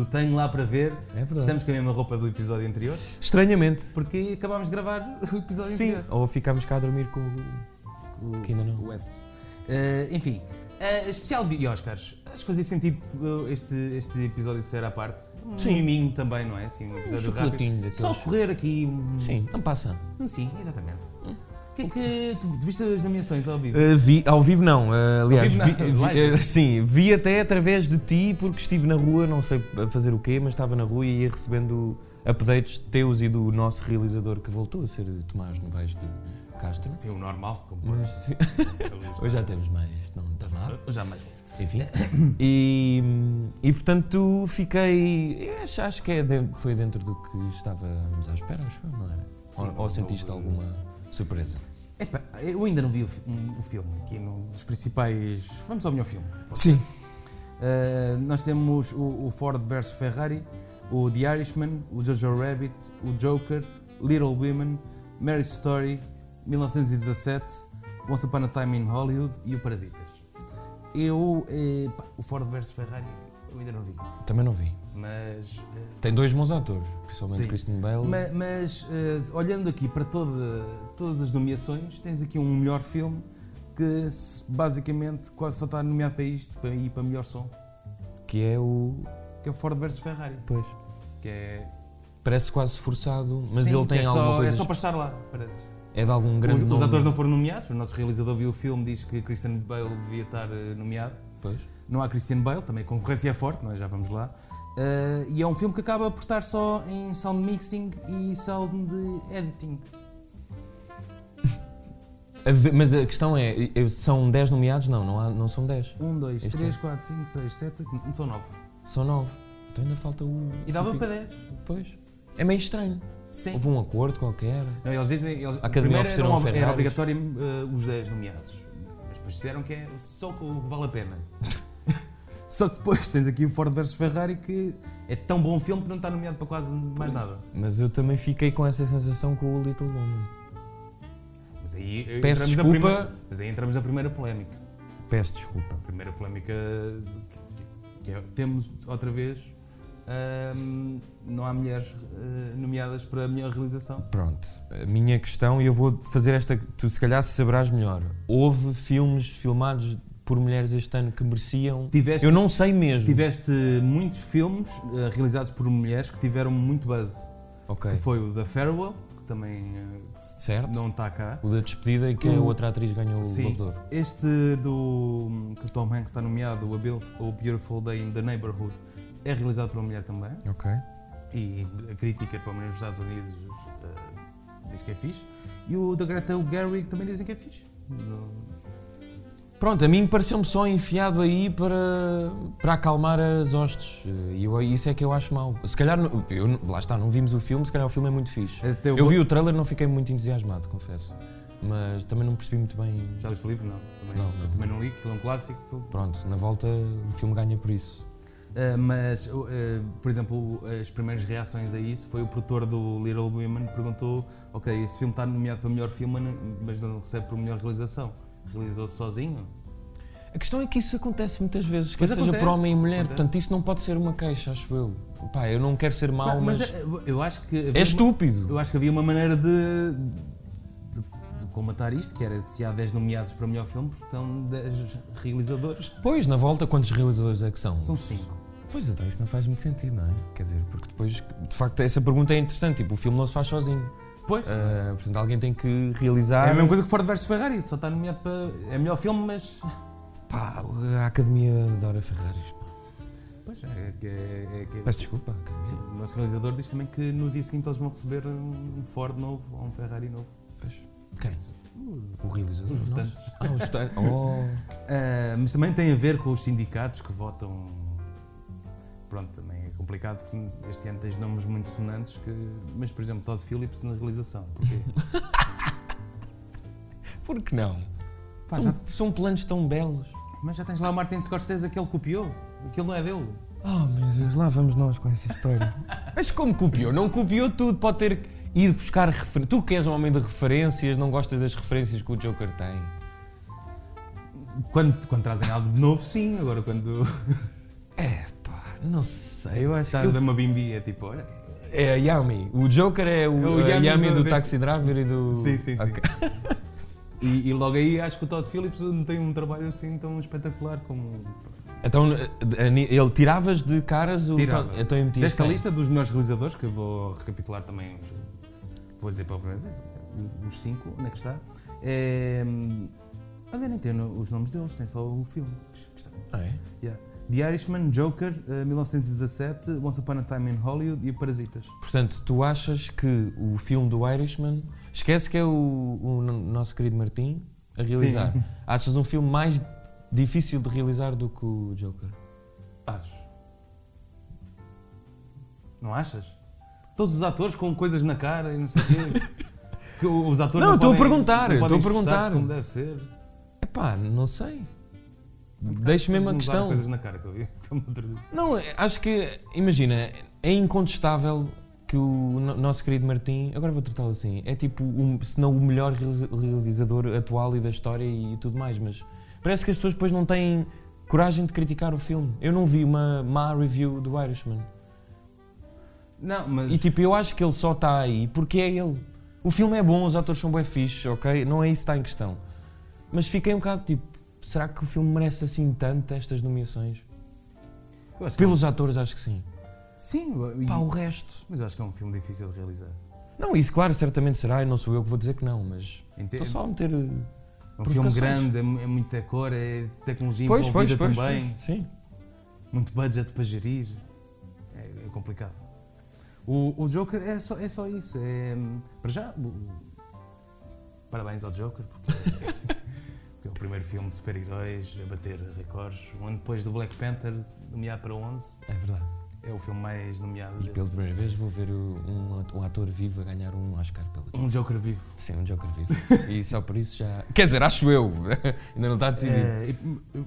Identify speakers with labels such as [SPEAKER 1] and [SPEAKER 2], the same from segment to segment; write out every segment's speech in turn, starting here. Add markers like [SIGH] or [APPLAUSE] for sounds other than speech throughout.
[SPEAKER 1] um tenho lá para ver.
[SPEAKER 2] É verdade.
[SPEAKER 1] Estamos com a mesma roupa do episódio anterior,
[SPEAKER 2] Estranhamente.
[SPEAKER 1] porque acabámos de gravar o episódio
[SPEAKER 2] Sim.
[SPEAKER 1] anterior.
[SPEAKER 2] Ou ficámos cá a dormir com o.
[SPEAKER 1] O-
[SPEAKER 2] Que ainda não.
[SPEAKER 1] O S. Eh, enfim, eh, especial de Oscars. Acho que fazia sentido eh, este, este episódio ser à parte. Um
[SPEAKER 2] Sim.
[SPEAKER 1] miminho também, não é? Assim, um episódio
[SPEAKER 2] chocolatinho
[SPEAKER 1] rápido.
[SPEAKER 2] daqueles.
[SPEAKER 1] Só correr aqui. um-
[SPEAKER 2] Sim, não passa.
[SPEAKER 1] um Sim, exatamente. O que é que. Tu, tu viste as nomeações ao vivo?
[SPEAKER 2] Uh, vi, ao vivo não, uh, aliás,
[SPEAKER 1] Ao vivo não,
[SPEAKER 2] vi-
[SPEAKER 1] live.
[SPEAKER 2] vi- uh, sim, vi até através de ti porque estive na rua, não sei a fazer o quê, mas estava na rua e ia recebendo updates teus e do nosso realizador que voltou a ser Tomás Novaes de Castro.
[SPEAKER 1] Sim, o normal, como podes.
[SPEAKER 2] [LAUGHS] Hoje já temos mais, não está nada,
[SPEAKER 1] Já mais. [COUGHS]
[SPEAKER 2] enfim. E, e portanto fiquei, eu acho, acho que é de- foi dentro do que estávamos à espera, acho eu, não era?
[SPEAKER 1] Sim,
[SPEAKER 2] ou, ou sentiste
[SPEAKER 1] houve-
[SPEAKER 2] alguma surpresa?
[SPEAKER 1] Epá, eu ainda não vi o, fi- um- o filme aqui nos principais. Vamos ao melhor filme.
[SPEAKER 2] Sim.
[SPEAKER 1] Uh, nós temos o, o Ford vs Ferrari, o The Irishman, o Jojo Rabbit, o Joker, Little Women, Marriage Story, 1917, Once Upon a Time in Hollywood e o Parasitas. Eu, eh, pá, o Ford vs Ferrari, eu ainda não vi,
[SPEAKER 2] Também não vi.
[SPEAKER 1] mas. eh,
[SPEAKER 2] Tem dois bons atores, principalmente
[SPEAKER 1] Sim.
[SPEAKER 2] Kristen Bale.
[SPEAKER 1] Ma- Mas, eh, olhando aqui para toda- todas as nomeações, tens aqui um melhor filme que s- basicamente quase só está nomeado para isto para- e para melhor som,
[SPEAKER 2] que é o.
[SPEAKER 1] que é o Ford vs Ferrari.
[SPEAKER 2] Pois.
[SPEAKER 1] Que é,
[SPEAKER 2] Parece quase forçado, mas
[SPEAKER 1] Sim,
[SPEAKER 2] ele
[SPEAKER 1] que
[SPEAKER 2] tem
[SPEAKER 1] é
[SPEAKER 2] alguma
[SPEAKER 1] só,
[SPEAKER 2] coisa.
[SPEAKER 1] É só para estar lá, parece.
[SPEAKER 2] é de algum grande
[SPEAKER 1] Os, os
[SPEAKER 2] nome.
[SPEAKER 1] atores não foram nomeados, o nosso realizador viu o filme, diz que Christian Bale devia estar eh, nomeado.
[SPEAKER 2] Pois.
[SPEAKER 1] Não há Christian Bale, também a concorrência é forte, nós já vamos lá. Eh, e é um filme que acaba por estar só em sound mixing e sound de editing.
[SPEAKER 2] A ve- Mas a questão é, e- e- são 10 nomeados? Não, não, há- não são 10.
[SPEAKER 1] 1, 2,
[SPEAKER 2] Este é.
[SPEAKER 1] 3, 4, 5, 6, 7, 8, 9, são 9.
[SPEAKER 2] São 9. Então ainda falta o.
[SPEAKER 1] E dava
[SPEAKER 2] o-
[SPEAKER 1] para 10.
[SPEAKER 2] Pois. É meio estranho.
[SPEAKER 1] Sim.
[SPEAKER 2] Houve um acordo qualquer.
[SPEAKER 1] Não, eles dizem. Eles,
[SPEAKER 2] A Academia
[SPEAKER 1] primeiro
[SPEAKER 2] ofereceram
[SPEAKER 1] eram ob- era
[SPEAKER 2] Ferraris.
[SPEAKER 1] obrigatório eh, os 10 nomeados. Mas depois disseram que é só que o que vale a
[SPEAKER 2] [LAUGHS]
[SPEAKER 1] pena. só que depois tens aqui o Ford vs Ferrari que é tão bom filme que não está nomeado para quase mais nada.
[SPEAKER 2] Mas eu também fiquei com essa sensação com o Little Woman.
[SPEAKER 1] Mas aí, eh,
[SPEAKER 2] Peço
[SPEAKER 1] entramos na
[SPEAKER 2] desculpa.
[SPEAKER 1] primeira- mas aí entramos na primeira polémica.
[SPEAKER 2] Peço desculpa.
[SPEAKER 1] A primeira polémica de- que, que- que é, temos outra vez. ahm, não há mulheres eh, nomeadas para a melhor realização.
[SPEAKER 2] Pronto, a minha questão, e eu vou fazer esta, tu se calhar saberás melhor. Houve filmes filmados por mulheres este ano que mereciam.
[SPEAKER 1] Tiveste-
[SPEAKER 2] eu não sei mesmo.
[SPEAKER 1] Tiveste muitos filmes eh, realizados por mulheres que tiveram muito buzz.
[SPEAKER 2] Ok,
[SPEAKER 1] Que foi o The Farewell, que também eh,
[SPEAKER 2] certo.
[SPEAKER 1] não está cá.
[SPEAKER 2] O da despedida em que a outra atriz ganhou o
[SPEAKER 1] Sim.
[SPEAKER 2] Globo de Ouro.
[SPEAKER 1] Este do que o Tom Hanks está nomeado, o, Beau- o Beautiful Day in the Neighborhood, é realizado por uma mulher também.
[SPEAKER 2] Ok.
[SPEAKER 1] E a crítica para mulheres nos Estados Unidos eh, diz que é fixe. E o da Greta Gerwig também dizem que é fixe. Não-
[SPEAKER 2] Pronto, a mim pareceu-me só enfiado aí para, para acalmar as hostes. E eu- isso é que eu acho mau. Se calhar, não- eu não- lá está, não vimos o filme, se calhar o filme é muito fixe.
[SPEAKER 1] Até o
[SPEAKER 2] Eu vi o trailer não fiquei muito entusiasmado, confesso. Mas também não percebi muito bem.
[SPEAKER 1] Já leste o livro? Não. Também
[SPEAKER 2] Não, não.
[SPEAKER 1] também não li, aquilo é um clássico.
[SPEAKER 2] Pronto, na volta o filme ganha por isso.
[SPEAKER 1] Uh, mas, uh, uh, por exemplo, as primeiras reações a isso foi o produtor do Little Women perguntou: Ok, esse filme está nomeado para melhor filme, mas não recebe por melhor realização. Realizou-se sozinho?
[SPEAKER 2] A questão é que isso acontece muitas vezes, que
[SPEAKER 1] Pois
[SPEAKER 2] seja
[SPEAKER 1] acontece,
[SPEAKER 2] por homem e mulher,
[SPEAKER 1] acontece.
[SPEAKER 2] portanto isso não pode ser uma queixa, acho eu. Pá, eu não quero ser mau,
[SPEAKER 1] Não,
[SPEAKER 2] mas,
[SPEAKER 1] mas uh, eu acho que. havia
[SPEAKER 2] é
[SPEAKER 1] uma-
[SPEAKER 2] estúpido.
[SPEAKER 1] Eu acho que havia uma maneira de, de, de comatar isto, que era se há 10 nomeados para melhor filme, então 10 realizadores.
[SPEAKER 2] Pois, na volta, quantos realizadores é que são?
[SPEAKER 1] São 5.
[SPEAKER 2] Pois, então isso não faz muito sentido, não é? Quer dizer, porque depois, de facto, essa pergunta é interessante, tipo, o filme não se faz sozinho.
[SPEAKER 1] Pois.
[SPEAKER 2] Ah, portanto, alguém tem que
[SPEAKER 1] é
[SPEAKER 2] realizar...
[SPEAKER 1] a mesma coisa que Ford vs Ferrari, só está nomeado para. É melhor filme, mas.
[SPEAKER 2] Pá, a Academia adora Ferraris. pá.
[SPEAKER 1] Pois é, é, que- é, que-
[SPEAKER 2] Peço desculpa, Academia.
[SPEAKER 1] Sim, o nosso realizador diz também que no dia seguinte eles vão receber um Ford novo ou um Ferrari novo.
[SPEAKER 2] Pois. Quem? O realizador?
[SPEAKER 1] Os
[SPEAKER 2] nós?
[SPEAKER 1] votantes.
[SPEAKER 2] Ah, os votantes. [LAUGHS] Oh,
[SPEAKER 1] Ah, mas também tem a ver com os sindicatos que votam. Pronto, também é complicado porque este ano tens nomes muito sonantes que. Mas por exemplo, Todd Phillips na realização. Porquê?
[SPEAKER 2] por que não?
[SPEAKER 1] Pá,
[SPEAKER 2] são,
[SPEAKER 1] já-
[SPEAKER 2] são planos tão belos.
[SPEAKER 1] mas já tens lá o Martin Scorsese que ele copiou. Aquilo não é dele.
[SPEAKER 2] Oh meu Deus, lá vamos nós com essa história. [LAUGHS] Mas como copiou? Não copiou tudo, pode ter ido buscar referências. Tu que és um homem de referências, não gostas das referências que o Joker tem.
[SPEAKER 1] Quando, quando trazem algo de novo, sim. Agora quando.
[SPEAKER 2] É pá, Não sei, eu acho que.
[SPEAKER 1] Estás a
[SPEAKER 2] eu-
[SPEAKER 1] ver uma bimbi, é tipo, olha.
[SPEAKER 2] É a Yami. O Joker é o,
[SPEAKER 1] É o
[SPEAKER 2] a Yami,
[SPEAKER 1] Yami
[SPEAKER 2] do
[SPEAKER 1] deste-
[SPEAKER 2] Taxi Driver e do.
[SPEAKER 1] Sim, sim, sim.
[SPEAKER 2] Uh, Ok.
[SPEAKER 1] [LAUGHS] E, e logo aí acho que o Todd Phillips não tem um trabalho assim tão espetacular como.
[SPEAKER 2] Então, eh, a ni- ele tiravas de caras o.
[SPEAKER 1] Tirava.
[SPEAKER 2] Então, eu meti
[SPEAKER 1] Desta
[SPEAKER 2] isto aí.
[SPEAKER 1] lista dos melhores realizadores, que eu vou recapitular também, os- vou dizer pela primeira vez, os cinco, onde é que está? É, hum, olha, nem tenho os nomes deles, tem só o filme. que está-
[SPEAKER 2] Ah, é?
[SPEAKER 1] Yeah. The Irishman, Joker, eh, 1917, Once Upon a Time in Hollywood e Parasitas.
[SPEAKER 2] Portanto, tu achas que o filme do Irishman. Esquece que é o, o n- nosso querido Martim a realizar. [LAUGHS] Achas um filme mais difícil de realizar do que o Joker?
[SPEAKER 1] Acho. Não achas? Todos os atores com coisas na cara e não sei o
[SPEAKER 2] [LAUGHS]
[SPEAKER 1] quê. Que o- os atores
[SPEAKER 2] Não, estou a
[SPEAKER 1] podem-
[SPEAKER 2] perguntar,
[SPEAKER 1] não podem
[SPEAKER 2] estou a
[SPEAKER 1] expressar-se
[SPEAKER 2] perguntar.
[SPEAKER 1] Como deve ser.
[SPEAKER 2] Epá, não sei. Deixo mesmo a
[SPEAKER 1] Não usaram
[SPEAKER 2] questão.
[SPEAKER 1] coisas na cara que eu vi. [LAUGHS] no outro dia.
[SPEAKER 2] Não, é, acho que, imagina, é incontestável que o no- nosso querido Martim, agora vou tratá-lo assim, é tipo, um, se não o melhor reali- realizador atual e da história e, tudo mais, mas parece que as pessoas depois não têm coragem de criticar o filme. Eu não vi uma má review do Irishman.
[SPEAKER 1] Não, mas.
[SPEAKER 2] E tipo, eu acho que ele só está aí porque é ele. O filme é bom, os atores são bem fixes, ok? Não é isso que está em questão. Mas fiquei um bocado tipo, será que o filme merece assim tanto estas nomeações?
[SPEAKER 1] eu acho que
[SPEAKER 2] Pelos atores, acho que sim.
[SPEAKER 1] é um- Sim, eu- e-
[SPEAKER 2] Pá, o resto.
[SPEAKER 1] mas eu acho que é um filme difícil de realizar.
[SPEAKER 2] Não, isso claro, certamente será, e não sou eu que vou dizer que não, mas
[SPEAKER 1] Entendo.
[SPEAKER 2] estou só a meter. uh,
[SPEAKER 1] É um filme
[SPEAKER 2] provocações.
[SPEAKER 1] grande, é, mu- é muita cor, é tecnologia
[SPEAKER 2] Pois, pois,
[SPEAKER 1] envolvida
[SPEAKER 2] pois,
[SPEAKER 1] também.
[SPEAKER 2] pois, Sim.
[SPEAKER 1] muito budget para gerir. É, é complicado. O, o Joker é só, é só isso. É, hum, para já, o- o- parabéns ao Joker, porque, [LAUGHS] porque é o primeiro filme de super-heróis a bater recordes. Um ano depois do Black Panther, nomeado para 11,
[SPEAKER 2] É verdade.
[SPEAKER 1] é o filme mais nomeado.
[SPEAKER 2] E
[SPEAKER 1] deste-
[SPEAKER 2] pela primeira vez vou ver o- um, at- um ator vivo a ganhar um Oscar pela.
[SPEAKER 1] Um Joker vivo.
[SPEAKER 2] Sim, um Joker [LAUGHS] vivo. e só por isso já. [LAUGHS] Quer dizer, acho eu. Ainda não está decidido.
[SPEAKER 1] É, e,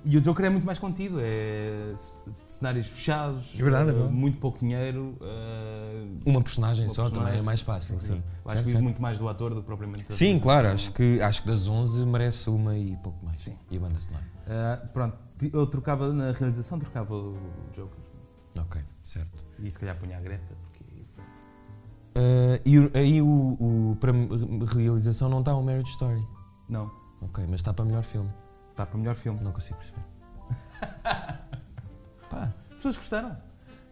[SPEAKER 1] e o Joker é muito mais contido, é c- cenários fechados,
[SPEAKER 2] É verdade, é
[SPEAKER 1] eh,
[SPEAKER 2] verdade.
[SPEAKER 1] muito pouco dinheiro. eh,
[SPEAKER 2] Uma personagem
[SPEAKER 1] Uma
[SPEAKER 2] só também é
[SPEAKER 1] personagem.
[SPEAKER 2] mais fácil, sim.
[SPEAKER 1] Eu Acho
[SPEAKER 2] Certo,
[SPEAKER 1] que
[SPEAKER 2] certo.
[SPEAKER 1] muito mais do ator do que propriamente da
[SPEAKER 2] Sim, claro,
[SPEAKER 1] realização.
[SPEAKER 2] acho que, acho que das 11 merece uma e pouco mais.
[SPEAKER 1] Sim.
[SPEAKER 2] E a banda sonora.
[SPEAKER 1] Ah, pronto, ti- eu trocava na realização, trocava o Joker.
[SPEAKER 2] Ok, certo.
[SPEAKER 1] E se calhar punha a Greta, porque.
[SPEAKER 2] Ah, e o- aí o, o- para m- realização não está o Marriage Story.
[SPEAKER 1] Não,
[SPEAKER 2] Ok, mas está para melhor filme.
[SPEAKER 1] está para melhor filme.
[SPEAKER 2] Não consigo perceber. [LAUGHS] Pá,
[SPEAKER 1] As pessoas gostaram.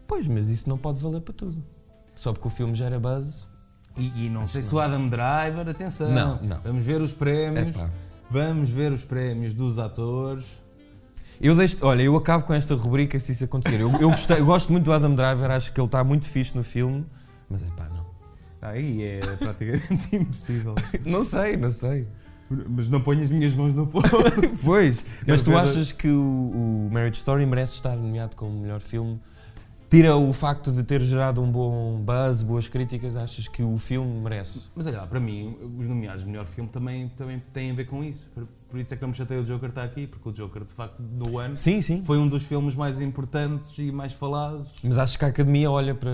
[SPEAKER 2] pois, mas isso não pode valer para tudo. Só porque o filme gera buzz.
[SPEAKER 1] E, e não sei se o Adam Driver, atenção.
[SPEAKER 2] Não, não.
[SPEAKER 1] Vamos ver os
[SPEAKER 2] É
[SPEAKER 1] prémios.
[SPEAKER 2] pá.
[SPEAKER 1] Vamos ver os prémios dos atores.
[SPEAKER 2] Eu deixo, olha, eu acabo com esta rubrica se isso acontecer. Eu, eu gostei- eu gosto muito do Adam Driver, acho que ele está muito fixe no filme, mas é pá, não. [LAUGHS]
[SPEAKER 1] Aí é praticamente [LAUGHS] impossível.
[SPEAKER 2] Não sei, não sei. [LAUGHS]
[SPEAKER 1] Mas não ponho as minhas mãos no fogo.
[SPEAKER 2] Pois,
[SPEAKER 1] Quero
[SPEAKER 2] mas tu
[SPEAKER 1] ver-
[SPEAKER 2] achas que o, o Marriage Story merece estar nomeado como melhor filme? Tira o facto de ter gerado um bom buzz, boas críticas, achas que o filme merece?
[SPEAKER 1] Mas olha lá, para mim, os nomeados de melhor filme também, também têm a ver com isso. Por, por isso é que não me chatei o Joker estar aqui, porque o Joker, de facto, do ano.
[SPEAKER 2] Sim, sim.
[SPEAKER 1] Foi um dos filmes mais importantes e mais falados.
[SPEAKER 2] Mas achas que a academia olha para.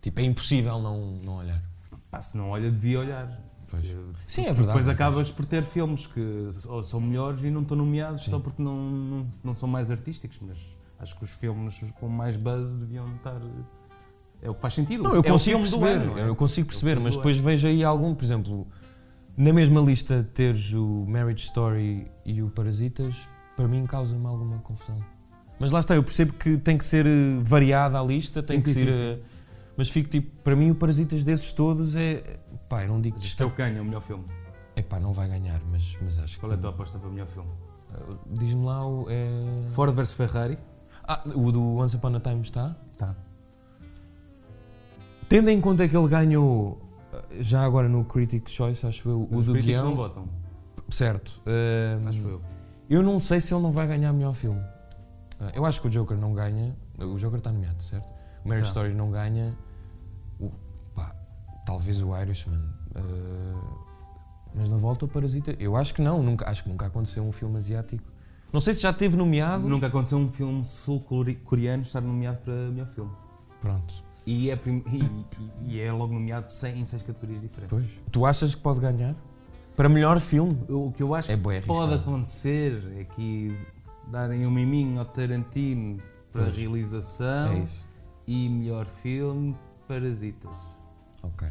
[SPEAKER 2] Tipo, é impossível não, não olhar.
[SPEAKER 1] Pá, se não olha, devia olhar.
[SPEAKER 2] Pois.
[SPEAKER 1] Eu-
[SPEAKER 2] Sim, é verdade.
[SPEAKER 1] Depois acabas por ter filmes que ou são melhores e não estão nomeados só porque não, não, não são mais artísticos, mas acho que os filmes com mais buzz deviam estar. É o que faz sentido.
[SPEAKER 2] Não, eu
[SPEAKER 1] é o
[SPEAKER 2] consigo
[SPEAKER 1] filme do
[SPEAKER 2] perceber,
[SPEAKER 1] ano, não é?
[SPEAKER 2] eu consigo perceber,
[SPEAKER 1] filme
[SPEAKER 2] mas
[SPEAKER 1] do
[SPEAKER 2] depois vejo aí algum, por exemplo, na mesma lista teres o Marriage Story e o Parasitas, para mim causa-me alguma confusão. Mas lá está, eu percebo que tem que ser eh, variada a lista, tem
[SPEAKER 1] Sim,
[SPEAKER 2] que
[SPEAKER 1] sim,
[SPEAKER 2] ser.
[SPEAKER 1] sim,
[SPEAKER 2] eh, Mas fico tipo, para mim o Parasitas desses todos é. Pá, eu não digo.
[SPEAKER 1] Mas Isto é o que ganha, o melhor filme.
[SPEAKER 2] É pá, não vai ganhar, mas, mas acho que.
[SPEAKER 1] Qual é a tua aposta para o melhor filme?
[SPEAKER 2] Eh, Diz-me lá o. é-
[SPEAKER 1] Ford vs Ferrari.
[SPEAKER 2] Ah, o do Once Upon a Time está?
[SPEAKER 1] Tá.
[SPEAKER 2] Tendo em conta que ele ganhou, eh, já agora no Critics' Choice, acho eu,
[SPEAKER 1] Mas
[SPEAKER 2] o
[SPEAKER 1] os
[SPEAKER 2] do
[SPEAKER 1] críticos
[SPEAKER 2] guião.
[SPEAKER 1] não votam,
[SPEAKER 2] Certo. Ahm,
[SPEAKER 1] acho eu.
[SPEAKER 2] eu não sei se ele não vai ganhar melhor filme. Ah, Eu acho que o Joker não ganha. O Joker está nomeado, certo? O Marriage
[SPEAKER 1] Tá.
[SPEAKER 2] Story não ganha. O- pá, talvez o Irishman. Ah, mas na volta o Parasita. Eu acho que não. Nunca, acho que nunca aconteceu um filme asiático. Não sei se já teve nomeado.
[SPEAKER 1] Nunca aconteceu um filme sul-coreano estar nomeado para melhor filme.
[SPEAKER 2] Pronto.
[SPEAKER 1] E é, prim- e- e- e é logo nomeado sem- em seis categorias diferentes.
[SPEAKER 2] Pois. Tu achas que pode ganhar? Para melhor filme?
[SPEAKER 1] Eu- O que eu acho
[SPEAKER 2] É
[SPEAKER 1] que
[SPEAKER 2] bué arriscado.
[SPEAKER 1] pode acontecer é que darem um miminho ao Tarantino para
[SPEAKER 2] Pois.
[SPEAKER 1] realização
[SPEAKER 2] É isso.
[SPEAKER 1] e melhor filme, Parasitas.
[SPEAKER 2] Ok.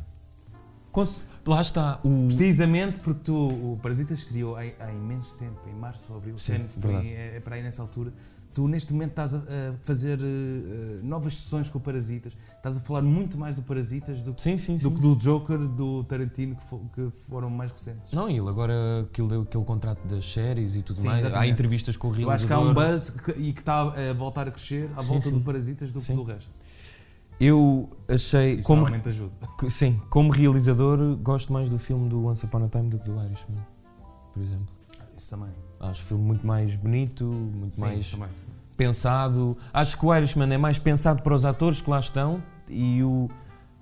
[SPEAKER 2] Conce- Lá está o.
[SPEAKER 1] Precisamente porque tu, o Parasitas estreou há, há imenso tempo, em março ou abril,
[SPEAKER 2] Sim,
[SPEAKER 1] Ken, foi-
[SPEAKER 2] verdade.
[SPEAKER 1] é, é para aí nessa altura. Tu neste momento estás a, a fazer eh, eh, novas sessões com o Parasitas, estás a falar muito mais do Parasitas do que
[SPEAKER 2] Sim, sim,
[SPEAKER 1] do,
[SPEAKER 2] sim.
[SPEAKER 1] que do Joker, do Tarantino, que, fo- que foram mais recentes.
[SPEAKER 2] Não, e ele agora aquele, aquele contrato das séries e tudo
[SPEAKER 1] Sim,
[SPEAKER 2] mais. Há
[SPEAKER 1] exatamente.
[SPEAKER 2] entrevistas com o
[SPEAKER 1] Eu acho
[SPEAKER 2] realizador.
[SPEAKER 1] que há um buzz que- e que está a, a voltar a crescer à
[SPEAKER 2] Sim,
[SPEAKER 1] volta
[SPEAKER 2] sim.
[SPEAKER 1] do Parasitas do que
[SPEAKER 2] Sim.
[SPEAKER 1] do resto.
[SPEAKER 2] Eu achei.
[SPEAKER 1] Isso
[SPEAKER 2] como,
[SPEAKER 1] realmente ajuda. [LAUGHS]
[SPEAKER 2] que- Sim, como realizador, gosto mais do filme do Once Upon a Time do que do Irishman, por exemplo.
[SPEAKER 1] Isso também.
[SPEAKER 2] Acho o filme muito mais bonito, muito
[SPEAKER 1] Sim,
[SPEAKER 2] mais
[SPEAKER 1] isso também. isso também.
[SPEAKER 2] pensado. Acho que o Irishman é mais pensado para os atores que lá estão e o,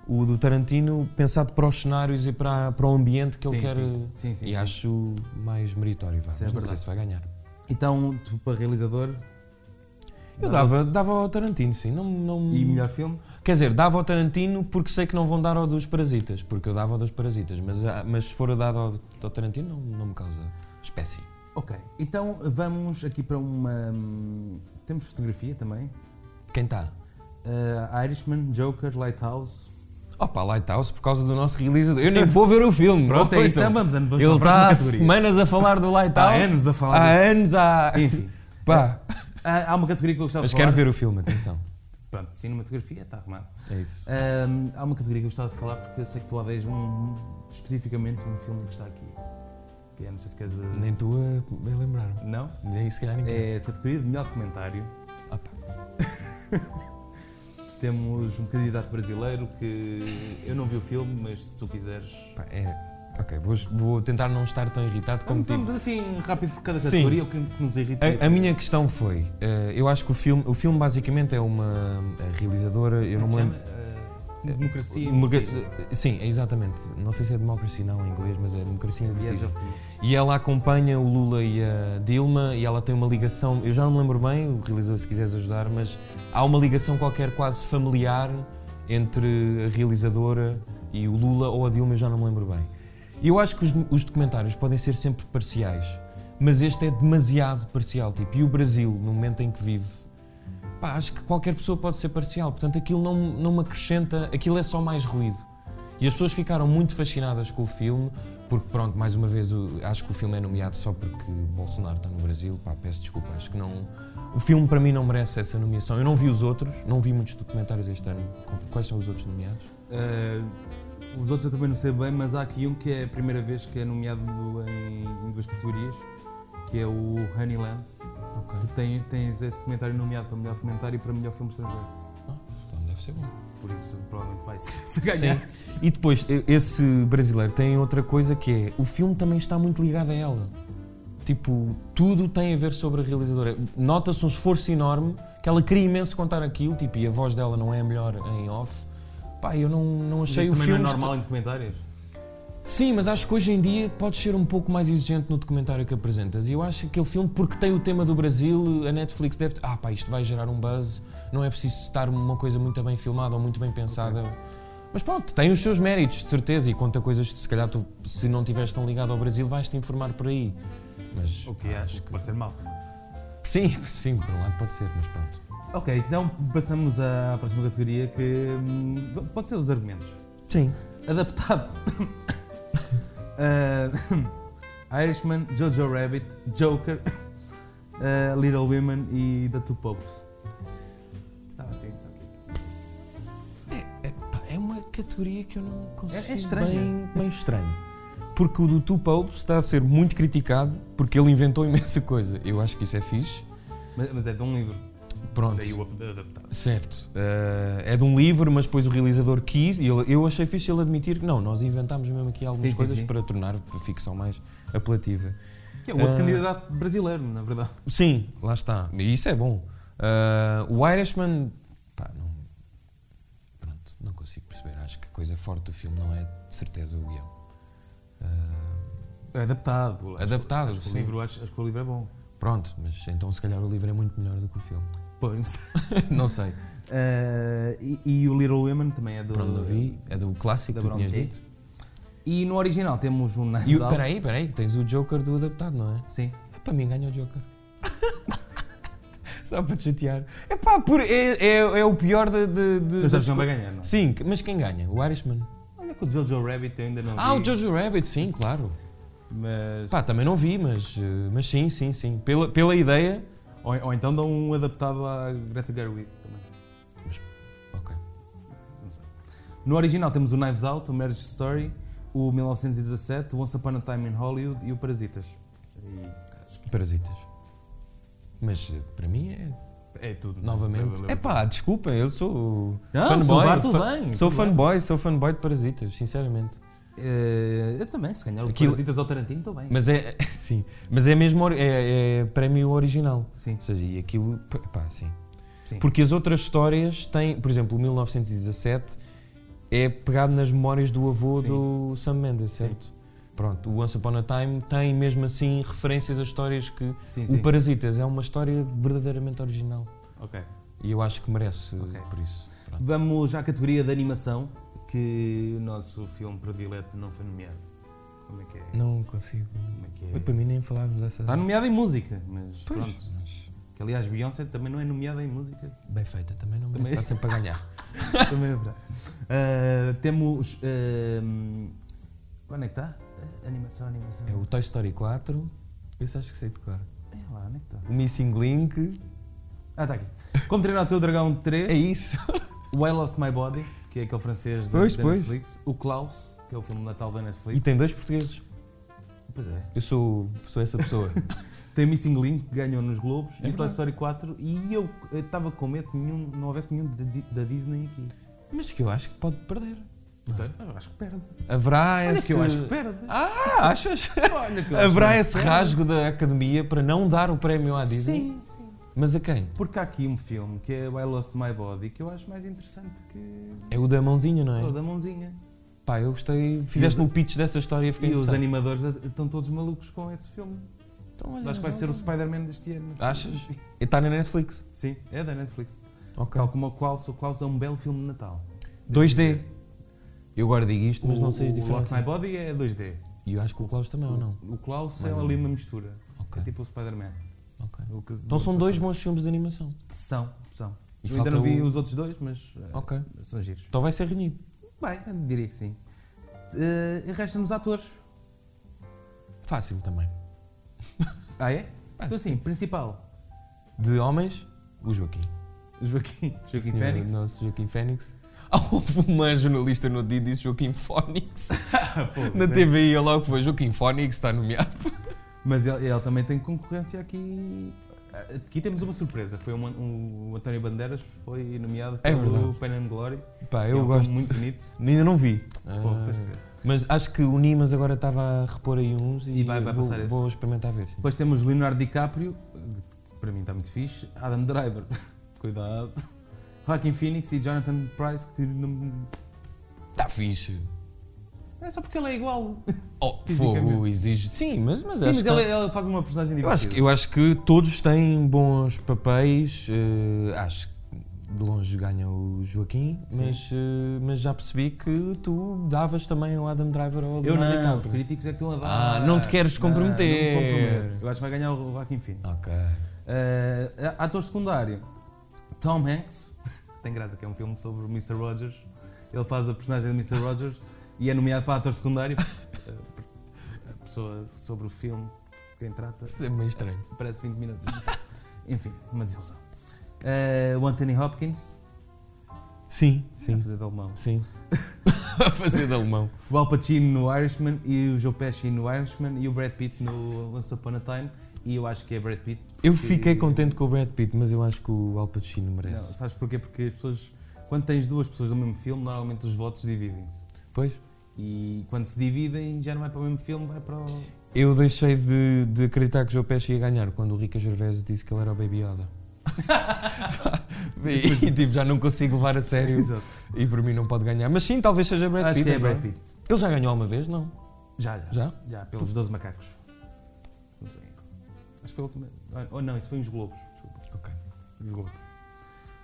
[SPEAKER 2] o do Tarantino pensado para os cenários e para, para o ambiente que ele
[SPEAKER 1] Sim,
[SPEAKER 2] quer. eh,
[SPEAKER 1] sim. Sim, sim,
[SPEAKER 2] e
[SPEAKER 1] sim.
[SPEAKER 2] acho mais meritório. Vá.
[SPEAKER 1] Isso é
[SPEAKER 2] Mas não sei
[SPEAKER 1] verdade.
[SPEAKER 2] se vai ganhar.
[SPEAKER 1] Então, tu, para realizador.
[SPEAKER 2] Eu
[SPEAKER 1] dás
[SPEAKER 2] dava, dava ao Tarantino, sim. Não, não...
[SPEAKER 1] a- E melhor filme?
[SPEAKER 2] Quer dizer, dava ao Tarantino porque sei que não vão dar ao dos Parasitas, porque eu dava ao dos Parasitas, mas, ah, mas se for dado ao, ao Tarantino não, não me causa espécie.
[SPEAKER 1] Ok, então vamos aqui para uma. hum, Temos fotografia também.
[SPEAKER 2] Quem tá? está?
[SPEAKER 1] Uh, Irishman, Joker, Lighthouse.
[SPEAKER 2] Opa, Lighthouse, por causa do nosso realizador. Eu nem vou ver o filme.
[SPEAKER 1] Pronto, é isso.
[SPEAKER 2] Ouçam.
[SPEAKER 1] Então vamos, vamos para
[SPEAKER 2] Ele
[SPEAKER 1] a
[SPEAKER 2] tá está
[SPEAKER 1] próxima
[SPEAKER 2] há
[SPEAKER 1] categoria.
[SPEAKER 2] semanas a falar do
[SPEAKER 1] Há
[SPEAKER 2] Lighthouse.
[SPEAKER 1] anos a falar.
[SPEAKER 2] Há
[SPEAKER 1] disso.
[SPEAKER 2] anos, há.
[SPEAKER 1] Enfim,
[SPEAKER 2] Pá.
[SPEAKER 1] Ah, há há uma categoria que eu gostava
[SPEAKER 2] é? Mas
[SPEAKER 1] de falar.
[SPEAKER 2] quero ver o filme, atenção.
[SPEAKER 1] Pronto, cinematografia, está arrumado.
[SPEAKER 2] É isso.
[SPEAKER 1] Um, há uma categoria que eu gostava de falar porque eu sei que tu odeias um, especificamente um filme que está aqui. Que é, não sei se queres. uh,
[SPEAKER 2] Nem tu a bem lembraram.
[SPEAKER 1] Não?
[SPEAKER 2] Nem se calhar ninguém.
[SPEAKER 1] É a categoria de melhor documentário.
[SPEAKER 2] Opa.
[SPEAKER 1] Temos um candidato brasileiro que eu não vi o filme, mas se tu quiseres.
[SPEAKER 2] Pá, é- Ok, vou, vou tentar não estar tão irritado como tive.
[SPEAKER 1] Vamos assim rápido por cada
[SPEAKER 2] Sim.
[SPEAKER 1] categoria, o que que nos irrita. é
[SPEAKER 2] A, a minha questão foi, eh, eu acho que o filme, o filme basicamente é uma a realizadora, eu não me lembro. Eh,
[SPEAKER 1] Uh, democracia.
[SPEAKER 2] Democra-
[SPEAKER 1] e
[SPEAKER 2] Sim, exatamente. Não sei se é democracia não em inglês, mas é democracia em
[SPEAKER 1] Viagem
[SPEAKER 2] vertigem.
[SPEAKER 1] ao futuro.
[SPEAKER 2] E ela acompanha o Lula e a Dilma e ela tem uma ligação, eu já não me lembro bem, o realizador se quiseres ajudar, mas há uma ligação qualquer quase familiar entre a realizadora e o Lula ou a Dilma, eu já não me lembro bem. Eu acho que os, os documentários podem ser sempre parciais, mas este é demasiado parcial, tipo, e o Brasil, no momento em que vive, pá, acho que qualquer pessoa pode ser parcial, portanto aquilo não, não me acrescenta, aquilo é só mais ruído. E as pessoas ficaram muito fascinadas com o filme, porque pronto, mais uma vez, o- acho que o filme é nomeado só porque Bolsonaro está no Brasil, pá, peço desculpa, acho que não... O filme para mim não merece essa nomeação, eu não vi os outros, não vi muitos documentários este ano, quais são os outros nomeados?
[SPEAKER 1] Uh, os outros eu também não sei bem, mas há aqui um que é a primeira vez que é nomeado em, em duas categorias, que é o Honeyland.
[SPEAKER 2] Ok,
[SPEAKER 1] Tu tem- tens esse documentário nomeado para melhor documentário e para melhor filme estrangeiro.
[SPEAKER 2] então deve ser bom.
[SPEAKER 1] Por isso, provavelmente vai ser se ganhar.
[SPEAKER 2] Sim. E depois, e- esse brasileiro tem outra coisa que é: o filme também está muito ligado a ela. Tipo, tudo tem a ver sobre a realizadora. Nota-se um esforço enorme, que ela queria imenso contar aquilo, tipo, e a voz dela não é a melhor em off. Pá, eu não, não
[SPEAKER 1] Mas
[SPEAKER 2] achei
[SPEAKER 1] isso
[SPEAKER 2] o
[SPEAKER 1] também
[SPEAKER 2] filme.
[SPEAKER 1] não é normal em documentários?
[SPEAKER 2] Sim, mas acho que hoje em dia podes ser um pouco mais exigente no documentário que apresentas. E eu acho que aquele filme, porque tem o tema do Brasil, a Netflix deve. Ah, pá, isto vai gerar um buzz. Não é preciso estar uma coisa muito bem filmada ou muito bem pensada. Mas pronto, tem os seus méritos, de certeza. E conta coisas que, se calhar, tu, se não estiveres tão ligado ao Brasil, vais-te informar por aí. Mas.
[SPEAKER 1] Ah, O que
[SPEAKER 2] pá,
[SPEAKER 1] acho que pode ser mal também.
[SPEAKER 2] Sim, [LAUGHS] sim, por um lado pode ser, mas pronto.
[SPEAKER 1] Ok, então passamos à próxima categoria que hum, pode ser os argumentos.
[SPEAKER 2] Sim.
[SPEAKER 1] Adaptado. [COUGHS] Ah, [COUGHS] Irishman, Jojo Rabbit, Joker, [COUGHS] ah, Little Women e The Two Popes. Estava assim, só que-
[SPEAKER 2] É, pá, é uma categoria que eu não consigo
[SPEAKER 1] É- é estranha.
[SPEAKER 2] bem, bem estranho. Porque o do Two Popes está a ser muito criticado porque ele inventou imensa coisa. Eu acho que isso é fixe.
[SPEAKER 1] Mas, mas é de um livro.
[SPEAKER 2] Pronto.
[SPEAKER 1] Daí o ad- adaptado.
[SPEAKER 2] Certo. Eh, é de um livro, mas depois o realizador quis e ele- eu achei fixe ele admitir que não, nós inventámos mesmo aqui algumas
[SPEAKER 1] Sim, sim,
[SPEAKER 2] coisas
[SPEAKER 1] sim.
[SPEAKER 2] para tornar a ficção mais apelativa.
[SPEAKER 1] Que é o outro
[SPEAKER 2] Ah.
[SPEAKER 1] candidato brasileiro, na verdade.
[SPEAKER 2] Sim, lá está. E isso é bom. Ah, o Irishman. Pá, não. Pronto, não consigo perceber. Acho que a coisa forte do filme não é de certeza o guião. Ah,
[SPEAKER 1] é Adaptado. Acho-
[SPEAKER 2] adaptado,
[SPEAKER 1] Acho que, o
[SPEAKER 2] sim.
[SPEAKER 1] livro, acho, acho que o livro é bom.
[SPEAKER 2] Pronto, mas então se calhar o livro é muito melhor do que o filme.
[SPEAKER 1] Pois.
[SPEAKER 2] não sei.
[SPEAKER 1] Ah, e, e o Little Women também é do.
[SPEAKER 2] Pronto, não vi. É do clássico
[SPEAKER 1] Da
[SPEAKER 2] que tu tinhas
[SPEAKER 1] Bronte.
[SPEAKER 2] dito.
[SPEAKER 1] E no original temos um Knives
[SPEAKER 2] E o,
[SPEAKER 1] Out.
[SPEAKER 2] peraí, peraí, tens o Joker do adaptado, não é?
[SPEAKER 1] Sim.
[SPEAKER 2] É para mim ganha o Joker. Só para te chatear. Epá, por- é, é, é o pior de. de, de
[SPEAKER 1] Mas sabes que
[SPEAKER 2] das
[SPEAKER 1] não vai
[SPEAKER 2] co-
[SPEAKER 1] ganhar, não?
[SPEAKER 2] Sim, que- mas quem ganha? O Irishman.
[SPEAKER 1] Olha que o Jojo Rabbit eu ainda não
[SPEAKER 2] Ah,
[SPEAKER 1] vi,
[SPEAKER 2] o Jojo Rabbit, sim, claro.
[SPEAKER 1] Mas...
[SPEAKER 2] Pá, também não vi, mas, eh, mas sim, sim, sim. Pela, pela ideia.
[SPEAKER 1] Ou, ou então dão um adaptado à Greta Gerwig também.
[SPEAKER 2] Ok.
[SPEAKER 1] Não sei. No original temos o Knives Out, o Marriage Story, o 1917, o Once Upon a Time in Hollywood e o Parasitas. E acho
[SPEAKER 2] Parasitas. Mas eh, para mim é
[SPEAKER 1] que é tudo.
[SPEAKER 2] Novamente.
[SPEAKER 1] É,
[SPEAKER 2] É pá, desculpem, eu sou.
[SPEAKER 1] Não,
[SPEAKER 2] fanboy,
[SPEAKER 1] Silvar, tudo
[SPEAKER 2] fa-
[SPEAKER 1] bem,
[SPEAKER 2] Sou
[SPEAKER 1] tudo bem.
[SPEAKER 2] fanboy, sou fanboy de parasitas, sinceramente.
[SPEAKER 1] Eh, eu também, se ganhar o
[SPEAKER 2] Aquilo-
[SPEAKER 1] Parasitas ao Tarantino, estou bem.
[SPEAKER 2] Mas é. [LAUGHS] Sim. Mas é mesmo. ori- É, é prémio original.
[SPEAKER 1] Sim,
[SPEAKER 2] Ou seja, e aquilo. p- Pá, sim.
[SPEAKER 1] sim.
[SPEAKER 2] Porque as outras histórias têm. Por exemplo, o 1917 é pegado nas memórias do avô
[SPEAKER 1] Sim.
[SPEAKER 2] do Sam Mendes,
[SPEAKER 1] Sim.
[SPEAKER 2] certo? Pronto, o Once Upon a Time tem mesmo assim referências a histórias que.
[SPEAKER 1] sim, sim.
[SPEAKER 2] O Parasitas é uma história verdadeiramente original.
[SPEAKER 1] Ok.
[SPEAKER 2] E eu acho que merece
[SPEAKER 1] Ok.
[SPEAKER 2] por isso. Pronto.
[SPEAKER 1] Vamos à categoria de animação, que o nosso filme predileto não foi nomeado. Como é que é?
[SPEAKER 2] Não consigo.
[SPEAKER 1] Como é que
[SPEAKER 2] Oi,
[SPEAKER 1] é?
[SPEAKER 2] para mim nem falávamos dessa.
[SPEAKER 1] Está nomeado em música, mas
[SPEAKER 2] Tá Pois,
[SPEAKER 1] pronto.
[SPEAKER 2] mas
[SPEAKER 1] Que, aliás, Beyoncé também não é nomeada em música.
[SPEAKER 2] bem feita, também não
[SPEAKER 1] Também-
[SPEAKER 2] merece estar sempre a ganhar.
[SPEAKER 1] Também é verdade. Ah, temos. ahm, onde é que está? Ah, Animação, animação.
[SPEAKER 2] É o Toy Story 4. Esse acho que sei de cor.
[SPEAKER 1] É lá, onde é que está?
[SPEAKER 2] O Missing Link.
[SPEAKER 1] Ah, está aqui. Como treinar o teu dragão 3,
[SPEAKER 2] É isso.
[SPEAKER 1] o I Lost My Body, que é aquele francês da,
[SPEAKER 2] Pois,
[SPEAKER 1] da
[SPEAKER 2] pois.
[SPEAKER 1] Netflix, o Klaus, que é o filme de Natal da Netflix.
[SPEAKER 2] E tem dois portugueses.
[SPEAKER 1] Pois é.
[SPEAKER 2] Eu sou, sou
[SPEAKER 1] [LAUGHS]
[SPEAKER 2] essa pessoa.
[SPEAKER 1] Tem Missing Link, que ganhou nos Globos, e o Toy
[SPEAKER 2] É verdade.
[SPEAKER 1] Story 4, e eu eu estava com medo que nenhum, não houvesse nenhum da Di- da Disney aqui.
[SPEAKER 2] Mas que eu acho que pode perder.
[SPEAKER 1] Então, eu acho que perde.
[SPEAKER 2] Haverá
[SPEAKER 1] Olha
[SPEAKER 2] esse.
[SPEAKER 1] que eu acho que perde.
[SPEAKER 2] Ah, achas?
[SPEAKER 1] Olha que eu acho
[SPEAKER 2] Haverá
[SPEAKER 1] que
[SPEAKER 2] esse
[SPEAKER 1] perde.
[SPEAKER 2] rasgo da academia para não dar o prémio à Disney?
[SPEAKER 1] Sim, sim.
[SPEAKER 2] Mas a quem?
[SPEAKER 1] Porque há aqui um filme que é o I Lost My Body que eu acho mais interessante que
[SPEAKER 2] É o da mãozinha,
[SPEAKER 1] o
[SPEAKER 2] não é?
[SPEAKER 1] da mãozinha.
[SPEAKER 2] Pá, eu gostei. Fizeste-me o pitch dessa história e fiquei
[SPEAKER 1] E os
[SPEAKER 2] interessado.
[SPEAKER 1] animadores a- estão todos malucos com esse filme.
[SPEAKER 2] Então, olha,
[SPEAKER 1] Acho que vai ser o Spider-Man deste ano.
[SPEAKER 2] Achas?
[SPEAKER 1] Sim.
[SPEAKER 2] Está na Netflix.
[SPEAKER 1] Sim, é da Netflix.
[SPEAKER 2] Ok.
[SPEAKER 1] Tal como o Klaus, o Klaus é um belo filme de Natal.
[SPEAKER 2] 2D. Eu agora digo isto, mas
[SPEAKER 1] O-
[SPEAKER 2] não sei as
[SPEAKER 1] O Lost
[SPEAKER 2] diferenças.
[SPEAKER 1] My Body é 2D.
[SPEAKER 2] E eu acho que o Klaus também, ou não?
[SPEAKER 1] O Klaus
[SPEAKER 2] Mais
[SPEAKER 1] é
[SPEAKER 2] ou
[SPEAKER 1] ali uma mistura.
[SPEAKER 2] Ok,
[SPEAKER 1] É tipo o Spider-Man.
[SPEAKER 2] ok.
[SPEAKER 1] O que-
[SPEAKER 2] Então
[SPEAKER 1] do
[SPEAKER 2] são
[SPEAKER 1] ano
[SPEAKER 2] dois
[SPEAKER 1] passado.
[SPEAKER 2] bons filmes de animação.
[SPEAKER 1] São, são.
[SPEAKER 2] E
[SPEAKER 1] eu ainda não
[SPEAKER 2] falta
[SPEAKER 1] vi
[SPEAKER 2] o-
[SPEAKER 1] os outros dois, mas eh,
[SPEAKER 2] Ok.
[SPEAKER 1] são giros.
[SPEAKER 2] Então vai ser renhido.
[SPEAKER 1] Bem, eu diria que sim. Eh, e resta-nos atores.
[SPEAKER 2] Fácil também.
[SPEAKER 1] Ah, é? Então, assim, principal.
[SPEAKER 2] De homens, o Joaquim.
[SPEAKER 1] Joaquim, Joaquim
[SPEAKER 2] Sim,
[SPEAKER 1] Fênix.
[SPEAKER 2] O nosso Joaquim Fênix. Ah, [LAUGHS] Houve uma jornalista no dia que disse Joaquim Fónix. Na TVI, eu logo foi Joaquim Fónix, está nomeado.
[SPEAKER 1] Mas ele, ele também tem concorrência aqui. Aqui temos uma surpresa. Foi um, um- o António Bandeiras foi nomeado
[SPEAKER 2] É
[SPEAKER 1] pelo
[SPEAKER 2] verdade.
[SPEAKER 1] Pain and Glory.
[SPEAKER 2] Pá,
[SPEAKER 1] que é um
[SPEAKER 2] eu
[SPEAKER 1] filme
[SPEAKER 2] gosto.
[SPEAKER 1] muito bonito.
[SPEAKER 2] Ainda não vi.
[SPEAKER 1] Porra,
[SPEAKER 2] Ah,
[SPEAKER 1] tens de ver.
[SPEAKER 2] mas acho que o Nimas agora estava a repor aí uns e,
[SPEAKER 1] E vai- vai
[SPEAKER 2] vou,
[SPEAKER 1] passar esse.
[SPEAKER 2] vou experimentar ver. Sim.
[SPEAKER 1] Depois temos Leonardo DiCaprio, que para mim está muito fixe. Adam Driver, [LAUGHS] cuidado. Joaquin Phoenix e Jonathan Price, que não.
[SPEAKER 2] Está Tá fixe.
[SPEAKER 1] É só porque ele é igual.
[SPEAKER 2] Oh,
[SPEAKER 1] Fisicamente.
[SPEAKER 2] fogo, exige. Sim, mas, mas
[SPEAKER 1] Sim, mas
[SPEAKER 2] acho que
[SPEAKER 1] ele,
[SPEAKER 2] tá-
[SPEAKER 1] ele faz uma personagem
[SPEAKER 2] eu,
[SPEAKER 1] divertida.
[SPEAKER 2] acho, que- eu acho que todos têm bons papéis. eh, acho que de longe ganha o Joaquim,
[SPEAKER 1] Sim.
[SPEAKER 2] mas, eh, mas já percebi que tu davas também ao Adam Driver ou ao
[SPEAKER 1] Eu
[SPEAKER 2] Leonardo
[SPEAKER 1] não, os
[SPEAKER 2] DiCaprio.
[SPEAKER 1] críticos é que estão a
[SPEAKER 2] Ah,
[SPEAKER 1] dar.
[SPEAKER 2] não te queres
[SPEAKER 1] Não,
[SPEAKER 2] comprometer.
[SPEAKER 1] não me comprometo. Eu acho que vai ganhar o Joaquim Phoenix.
[SPEAKER 2] Ok.
[SPEAKER 1] Eh, ator secundário, Tom Hanks. [LAUGHS] Tem graça que é um filme sobre o Mr. Rogers. Ele faz a personagem de Mr. Rogers e é nomeado para ator secundário. Eh, a pessoa sobre o filme, quem trata,
[SPEAKER 2] Isso é meio estranho.
[SPEAKER 1] parece 20 minutos. Enfim, uma desilusão. Eh, o Anthony Hopkins,
[SPEAKER 2] Sim,
[SPEAKER 1] a
[SPEAKER 2] sim,
[SPEAKER 1] fazer de alemão. [LAUGHS]
[SPEAKER 2] sim. a fazer de alemão.
[SPEAKER 1] O Al Pacino no Irishman e o Joe Pesci no Irishman e o Brad Pitt no Once Upon a Time. E eu acho que é Brad Pitt.
[SPEAKER 2] Eu
[SPEAKER 1] porque-
[SPEAKER 2] fiquei contente com o Brad Pitt, mas eu acho que o Al Pacino merece.
[SPEAKER 1] Não, sabes porquê? Porque as pessoas, quando tens duas pessoas do mesmo filme, normalmente os votos dividem-se.
[SPEAKER 2] Pois?
[SPEAKER 1] E quando se dividem, já não vai para o mesmo filme, vai para o.
[SPEAKER 2] Eu deixei de, de acreditar que o Joe Pesci ia ganhar quando o Rica Gervais disse que ele era o Baby
[SPEAKER 1] [LAUGHS]
[SPEAKER 2] Yoda. [LAUGHS] e, e, tipo, já não consigo levar a sério
[SPEAKER 1] Exato.
[SPEAKER 2] e por mim não pode ganhar. Mas sim, talvez seja Brad
[SPEAKER 1] Acho
[SPEAKER 2] Pitt.
[SPEAKER 1] que é
[SPEAKER 2] agora.
[SPEAKER 1] Brad Pitt.
[SPEAKER 2] Ele já ganhou alguma vez, não?
[SPEAKER 1] Já, já.
[SPEAKER 2] Já?
[SPEAKER 1] Já, pelos 12 macacos. Não tem erro. Acho que foi a última. Ou não, isso foi os Globos. Desculpa.
[SPEAKER 2] Ok.
[SPEAKER 1] Os Globos.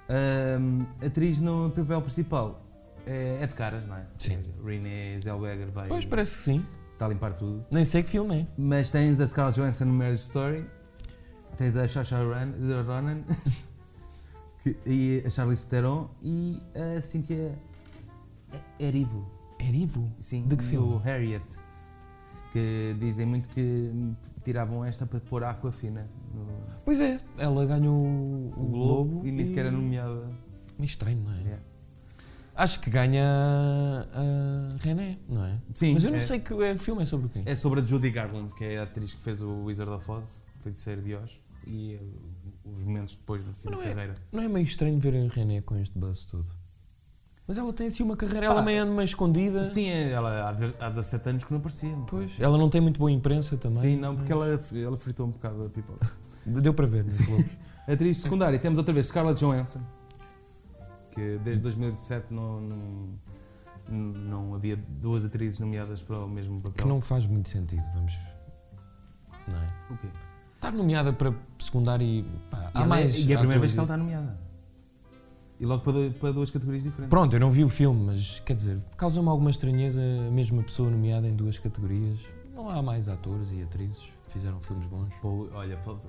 [SPEAKER 1] Ahm, atriz no papel principal é, é de caras, não é?
[SPEAKER 2] Sim.
[SPEAKER 1] Renée Zellweger vai.
[SPEAKER 2] Pois parece que sim.
[SPEAKER 1] Está a limpar tudo.
[SPEAKER 2] Nem sei que filme é.
[SPEAKER 1] Mas tens a Scarlett Johansson no Marriage Story. Tens a Sacha Ran- Ronan [LAUGHS] que- e a Charlize Theron e a Cynthia Erivo.
[SPEAKER 2] É Erivo?
[SPEAKER 1] Sim,
[SPEAKER 2] De que
[SPEAKER 1] e
[SPEAKER 2] filme?
[SPEAKER 1] o Harriet. Que dizem muito que tiravam esta para pôr a Aquafina no
[SPEAKER 2] Pois é, ela ganhou o,
[SPEAKER 1] no Globo, e nem sequer era nomeada.
[SPEAKER 2] Mas estranho, não é?
[SPEAKER 1] Yeah.
[SPEAKER 2] Acho que ganha a René, não é?
[SPEAKER 1] Sim,
[SPEAKER 2] Mas eu não
[SPEAKER 1] é,
[SPEAKER 2] sei que o é- o filme é sobre o quê.
[SPEAKER 1] é sobre a Judy Garland, que é a atriz que fez o Wizard of Oz, foi de ser de Oz, e uh, os momentos depois do fim da
[SPEAKER 2] Mas não é-
[SPEAKER 1] carreira.
[SPEAKER 2] Não é meio estranho ver a René com este buzz todo? Mas ela tem assim uma carreira, ela
[SPEAKER 1] Pá,
[SPEAKER 2] meio anda meio escondida.
[SPEAKER 1] Sim, ela há de- há 17 anos que não aparecia. não é?
[SPEAKER 2] Pois, ela não tem muito boa imprensa também.
[SPEAKER 1] Sim, não, porque ela, ela fritou um bocado a pipoca.
[SPEAKER 2] Deu para ver, nos Globos.
[SPEAKER 1] Atriz
[SPEAKER 2] É.
[SPEAKER 1] secundária, temos outra vez Scarlett Johansson, que desde 2017 não, não, não havia duas atrizes nomeadas para o mesmo
[SPEAKER 2] que
[SPEAKER 1] papel.
[SPEAKER 2] não faz muito sentido, vamos. Não é?
[SPEAKER 1] O quê?
[SPEAKER 2] Estar nomeada para secundário e. Pá,
[SPEAKER 1] E,
[SPEAKER 2] há
[SPEAKER 1] ela-
[SPEAKER 2] mais
[SPEAKER 1] e é a primeira vez
[SPEAKER 2] atores-
[SPEAKER 1] que ela está nomeada. E logo para, dois- para duas categorias diferentes.
[SPEAKER 2] Pronto, eu não vi o filme, mas quer dizer, causa-me alguma estranheza a mesma pessoa nomeada em duas categorias. Não há mais atores e atrizes que fizeram filmes bons.
[SPEAKER 1] Pô, olha, fal-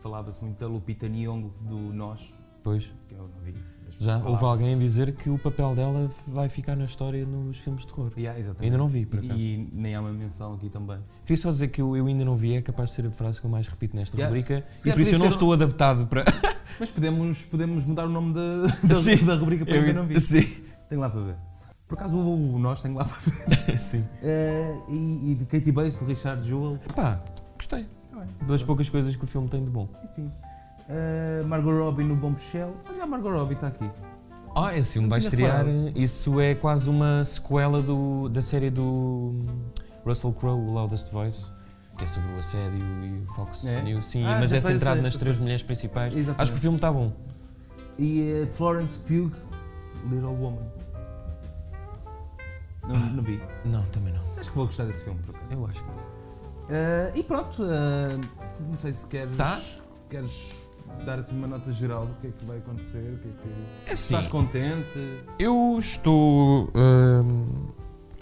[SPEAKER 1] falava-se muito da Lupita Nyong'o do Nós,
[SPEAKER 2] Pois,
[SPEAKER 1] que eu não vi. mas
[SPEAKER 2] já houve
[SPEAKER 1] falava-se.
[SPEAKER 2] alguém a dizer que o papel dela vai ficar na história nos filmes de terror.
[SPEAKER 1] Yeah, exatamente.
[SPEAKER 2] Ainda não vi, por
[SPEAKER 1] E-
[SPEAKER 2] acaso.
[SPEAKER 1] E nem há uma menção aqui também.
[SPEAKER 2] Queria só dizer que eu, eu ainda não vi, é capaz de ser a frase que eu mais repito nesta
[SPEAKER 1] Yeah,
[SPEAKER 2] rubrica.
[SPEAKER 1] se- se
[SPEAKER 2] e por isso eu
[SPEAKER 1] calhar
[SPEAKER 2] não
[SPEAKER 1] podia ser
[SPEAKER 2] estou adaptado para.
[SPEAKER 1] Mas podemos, podemos mudar o nome [LAUGHS] da, da,
[SPEAKER 2] Sim.
[SPEAKER 1] da rubrica para ainda não vi.
[SPEAKER 2] [LAUGHS] Sim.
[SPEAKER 1] Tenho lá para ver. Por acaso o, o Nós tenho lá para ver.
[SPEAKER 2] Sim.
[SPEAKER 1] Eh, e, e de Katie Bates, do Richard Jewell.
[SPEAKER 2] Pá, gostei.
[SPEAKER 1] Tá
[SPEAKER 2] Das poucas coisas que o filme tem de bom.
[SPEAKER 1] Enfim. Eh, Margot Robbie no Bom Shell. Olha, a Margot Robbie está aqui.
[SPEAKER 2] Ah, esse filme
[SPEAKER 1] Não
[SPEAKER 2] vai
[SPEAKER 1] tinha
[SPEAKER 2] estrear. Isso é quase uma sequela do, da série do hum, Russell Crowe, o Loudest Voice, que é sobre o assédio e o Fox
[SPEAKER 1] É?
[SPEAKER 2] News. Sim,
[SPEAKER 1] Ah,
[SPEAKER 2] mas
[SPEAKER 1] já
[SPEAKER 2] é
[SPEAKER 1] sei,
[SPEAKER 2] centrado
[SPEAKER 1] sei,
[SPEAKER 2] nas
[SPEAKER 1] já
[SPEAKER 2] três
[SPEAKER 1] sei.
[SPEAKER 2] mulheres principais.
[SPEAKER 1] Exatamente.
[SPEAKER 2] Acho que o filme está bom.
[SPEAKER 1] E eh, Florence Pugh, Little Woman. Não, não vi.
[SPEAKER 2] Não, também não.
[SPEAKER 1] Mas acho que vou gostar desse filme, por acaso.
[SPEAKER 2] Eu acho que não.
[SPEAKER 1] Eh, e pronto, eh, não sei se queres,
[SPEAKER 2] Tá.
[SPEAKER 1] queres dar assim uma nota geral do que é que vai acontecer, o que é que-
[SPEAKER 2] É sim.
[SPEAKER 1] Estás contente?
[SPEAKER 2] Eu estou. hum,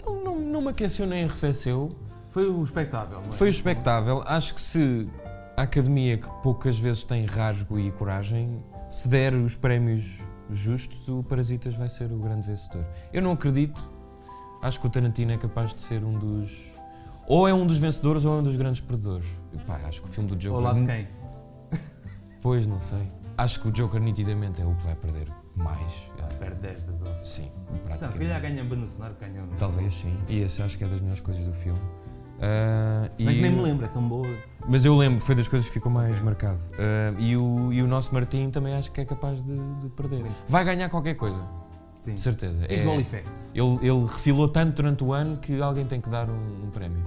[SPEAKER 2] não, não, não me aqueceu nem arrefeceu.
[SPEAKER 1] Foi o espectável, não é?
[SPEAKER 2] Foi o espectável. Acho que se a academia, que poucas vezes tem rasgo e coragem, se der os prémios justos, o Parasitas vai ser o grande vencedor. Eu não acredito. Acho que o Tarantino é capaz de ser um dos. Ou é um dos vencedores ou é um dos grandes perdedores. Pá, acho que o filme do Joker.
[SPEAKER 1] Ao lado de quem?
[SPEAKER 2] Hum. Pois, não sei. Acho que o Joker nitidamente é o que vai perder mais. Ah,
[SPEAKER 1] Perde 10 das outras.
[SPEAKER 2] Sim,
[SPEAKER 1] Portanto,
[SPEAKER 2] praticamente.
[SPEAKER 1] se calhar ganha Banda Sonora, ganha um.
[SPEAKER 2] Talvez, sim. E esse acho que é das melhores coisas do filme. Ah,
[SPEAKER 1] Se bem
[SPEAKER 2] e-
[SPEAKER 1] que nem me lembro, é tão boa.
[SPEAKER 2] Mas eu lembro, foi das coisas que ficou mais marcado. Ah, e, o, e o nosso Martim também acho que é capaz de, de perder. Vai ganhar qualquer coisa,
[SPEAKER 1] Sim.
[SPEAKER 2] de certeza. É-
[SPEAKER 1] Visual Effects.
[SPEAKER 2] ele, ele refilou tanto durante o ano que alguém tem que dar um, um prémio.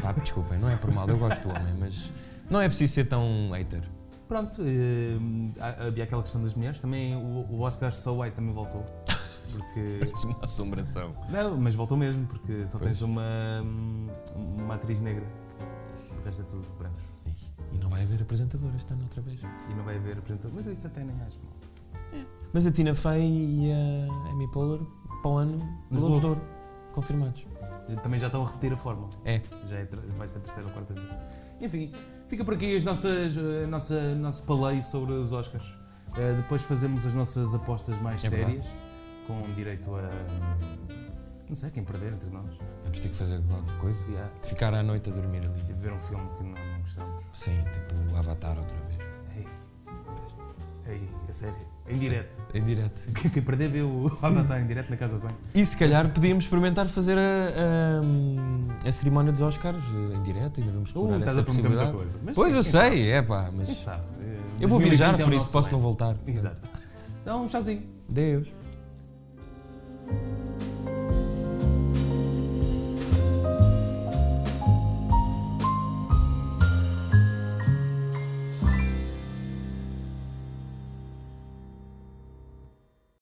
[SPEAKER 2] Pá, [LAUGHS] desculpem, não é por mal, eu gosto do homem, mas não é preciso ser tão hater.
[SPEAKER 1] Pronto, eh, há- havia aquela questão das mulheres, também o, o Oscar So White também voltou.
[SPEAKER 2] [LAUGHS]
[SPEAKER 1] Porque.
[SPEAKER 2] Parece uma assombração.
[SPEAKER 1] Não, mas voltou mesmo, porque só
[SPEAKER 2] Pois.
[SPEAKER 1] tens uma, uma atriz negra. O resto é tudo branco.
[SPEAKER 2] E, e não vai haver apresentador este ano outra vez.
[SPEAKER 1] E não vai haver apresentador. Mas eu isso até nem acho. mal.
[SPEAKER 2] Mas a Tina Fey e a Amy Poehler, para o ano,
[SPEAKER 1] Nos
[SPEAKER 2] Globos de
[SPEAKER 1] Globos.
[SPEAKER 2] Ouro, confirmados.
[SPEAKER 1] Já- Também já estão a repetir a fórmula.
[SPEAKER 2] É.
[SPEAKER 1] Já é, ter- vai ser a terceira ou quarta vez. Enfim, fica por aqui as nossas, a nossa, nosso paleio sobre os Oscars. Eh, depois fazemos as nossas apostas mais
[SPEAKER 2] É verdade.
[SPEAKER 1] sérias, com direito a. Não sei, quem perder entre nós.
[SPEAKER 2] Vamos ter que fazer qualquer coisa.
[SPEAKER 1] E a
[SPEAKER 2] Ficar à noite a dormir ali.
[SPEAKER 1] e a ver um filme que não, não gostamos.
[SPEAKER 2] Sim, tipo Avatar outra vez.
[SPEAKER 1] Ei, ei, a sério. Em direto.
[SPEAKER 2] Em direto.
[SPEAKER 1] Quem perder vê o Avatar em direto na casa de banho.
[SPEAKER 2] E se calhar podíamos experimentar fazer a, a, a cerimónia dos Oscars eh, em direto, ainda vamos explorar
[SPEAKER 1] Uh, estás
[SPEAKER 2] essa
[SPEAKER 1] a prometer muita
[SPEAKER 2] possibilidade.
[SPEAKER 1] coisa. Mas
[SPEAKER 2] Pois
[SPEAKER 1] quem-
[SPEAKER 2] eu
[SPEAKER 1] quem sabe?
[SPEAKER 2] sei, é pá,
[SPEAKER 1] Quem
[SPEAKER 2] mas
[SPEAKER 1] sabe? Eh,
[SPEAKER 2] eu vou viajar,
[SPEAKER 1] 2020 é o
[SPEAKER 2] por isso
[SPEAKER 1] nosso
[SPEAKER 2] posso não
[SPEAKER 1] ano.
[SPEAKER 2] voltar.
[SPEAKER 1] Exato. Então, tchauzinho.
[SPEAKER 2] Deus.